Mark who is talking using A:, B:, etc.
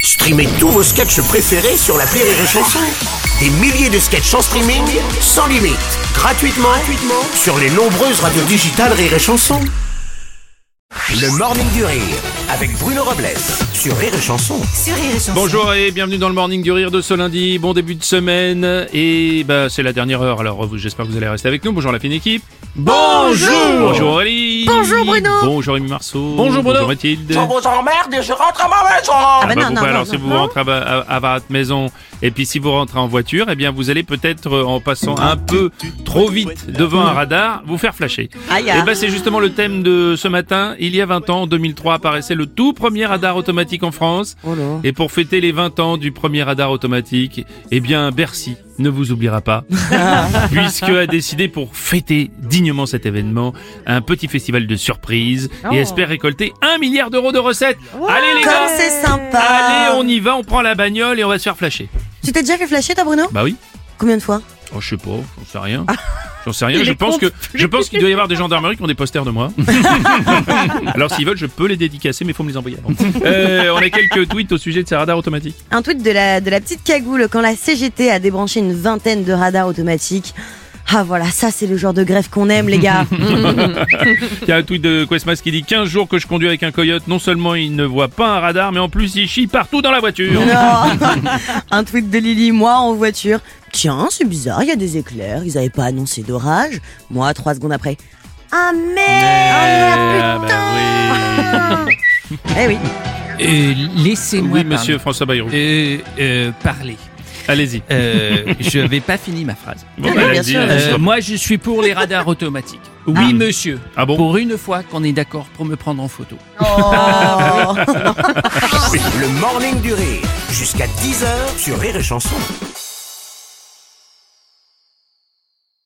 A: Streamez tous vos sketchs préférés sur la Rire et Chanson. Des milliers de sketchs en streaming, sans limite, gratuitement, gratuitement sur les nombreuses radios digitales Rire et Chanson. Le Morning du Rire avec Bruno Robles sur Rire et Chanson.
B: Bonjour et bienvenue dans le Morning du Rire de ce lundi. Bon début de semaine et bah, c'est la dernière heure. Alors vous- j'espère que vous allez rester avec nous. Bonjour la fine équipe. Bonjour. Bonjour Aurélie. Bonjour Bruno. Bonjour Rémi Marceau. Bonjour Bruno. Bonjour Mathilde. Ah bah,
C: ben non,
B: vous pouvez-
C: non, non,
B: alors
C: non,
B: si vous
C: non.
B: rentrez à, va- à- à votre maison et puis si vous rentrez en voiture, eh bien vous allez peut-être euh, en passant un peu trop vite devant un radar vous faire flasher.
C: Aïe,
B: et
C: aïe.
B: ben c'est justement le thème de ce matin. Il y a 20 ans, en 2003, apparaissait le tout premier radar automatique en France. Et pour fêter les 20 ans du premier radar automatique, eh bien Bercy ne vous oubliera pas, puisque a décidé pour fêter dignement cet événement un petit festival de surprises et espère récolter 1 milliard d'euros de recettes. Allez les gars
C: Oh. Comme c'est sympa. Ah.
B: Allez, on y va, on prend la bagnole et on va se faire flasher.
C: Tu t'es déjà fait flasher, toi, Bruno
B: Bah oui.
C: Combien de fois
B: Oh, je sais pas, j'en sais rien.
C: Ah.
B: J'en sais rien, je pense que je pense qu'il doit y avoir des gendarmeries qui ont des posters de moi. Alors s'ils veulent, je peux les dédicacer mais faut me les envoyer avant. Euh, on a quelques tweets au sujet de ces radars automatiques.
C: Un tweet de la, de la petite cagoule quand la CGT a débranché une vingtaine de radars automatiques. Ah voilà, ça c'est le genre de grève qu'on aime, les gars.
B: Il y a un tweet de Questmas qui dit 15 jours que je conduis avec un coyote, non seulement il ne voit pas un radar mais en plus il chie partout dans la voiture.
C: non. Un tweet de Lily, moi en voiture. Tiens, c'est bizarre, il y a des éclairs, ils avaient pas annoncé d'orage. Moi, trois secondes après. Ah oh,
B: Ah,
C: merde,
B: bah
C: putain. Eh oui.
D: Euh,
B: oui.
D: Laissez-moi
B: Oui, monsieur François Bayrou.
D: parler. Euh, euh, parler.
B: Allez-y.
D: Euh, je n'avais pas fini ma phrase.
B: Bon,
C: bien
B: allez-y,
C: sûr.
D: Euh,
B: allez-y.
D: moi, je suis pour les radars automatiques. Oui, monsieur.
B: Ah bon
D: Pour une fois qu'on est d'accord pour me prendre en photo.
C: Oh.
A: Le Morning du Rire jusqu'à 10h sur Rire et Chanson.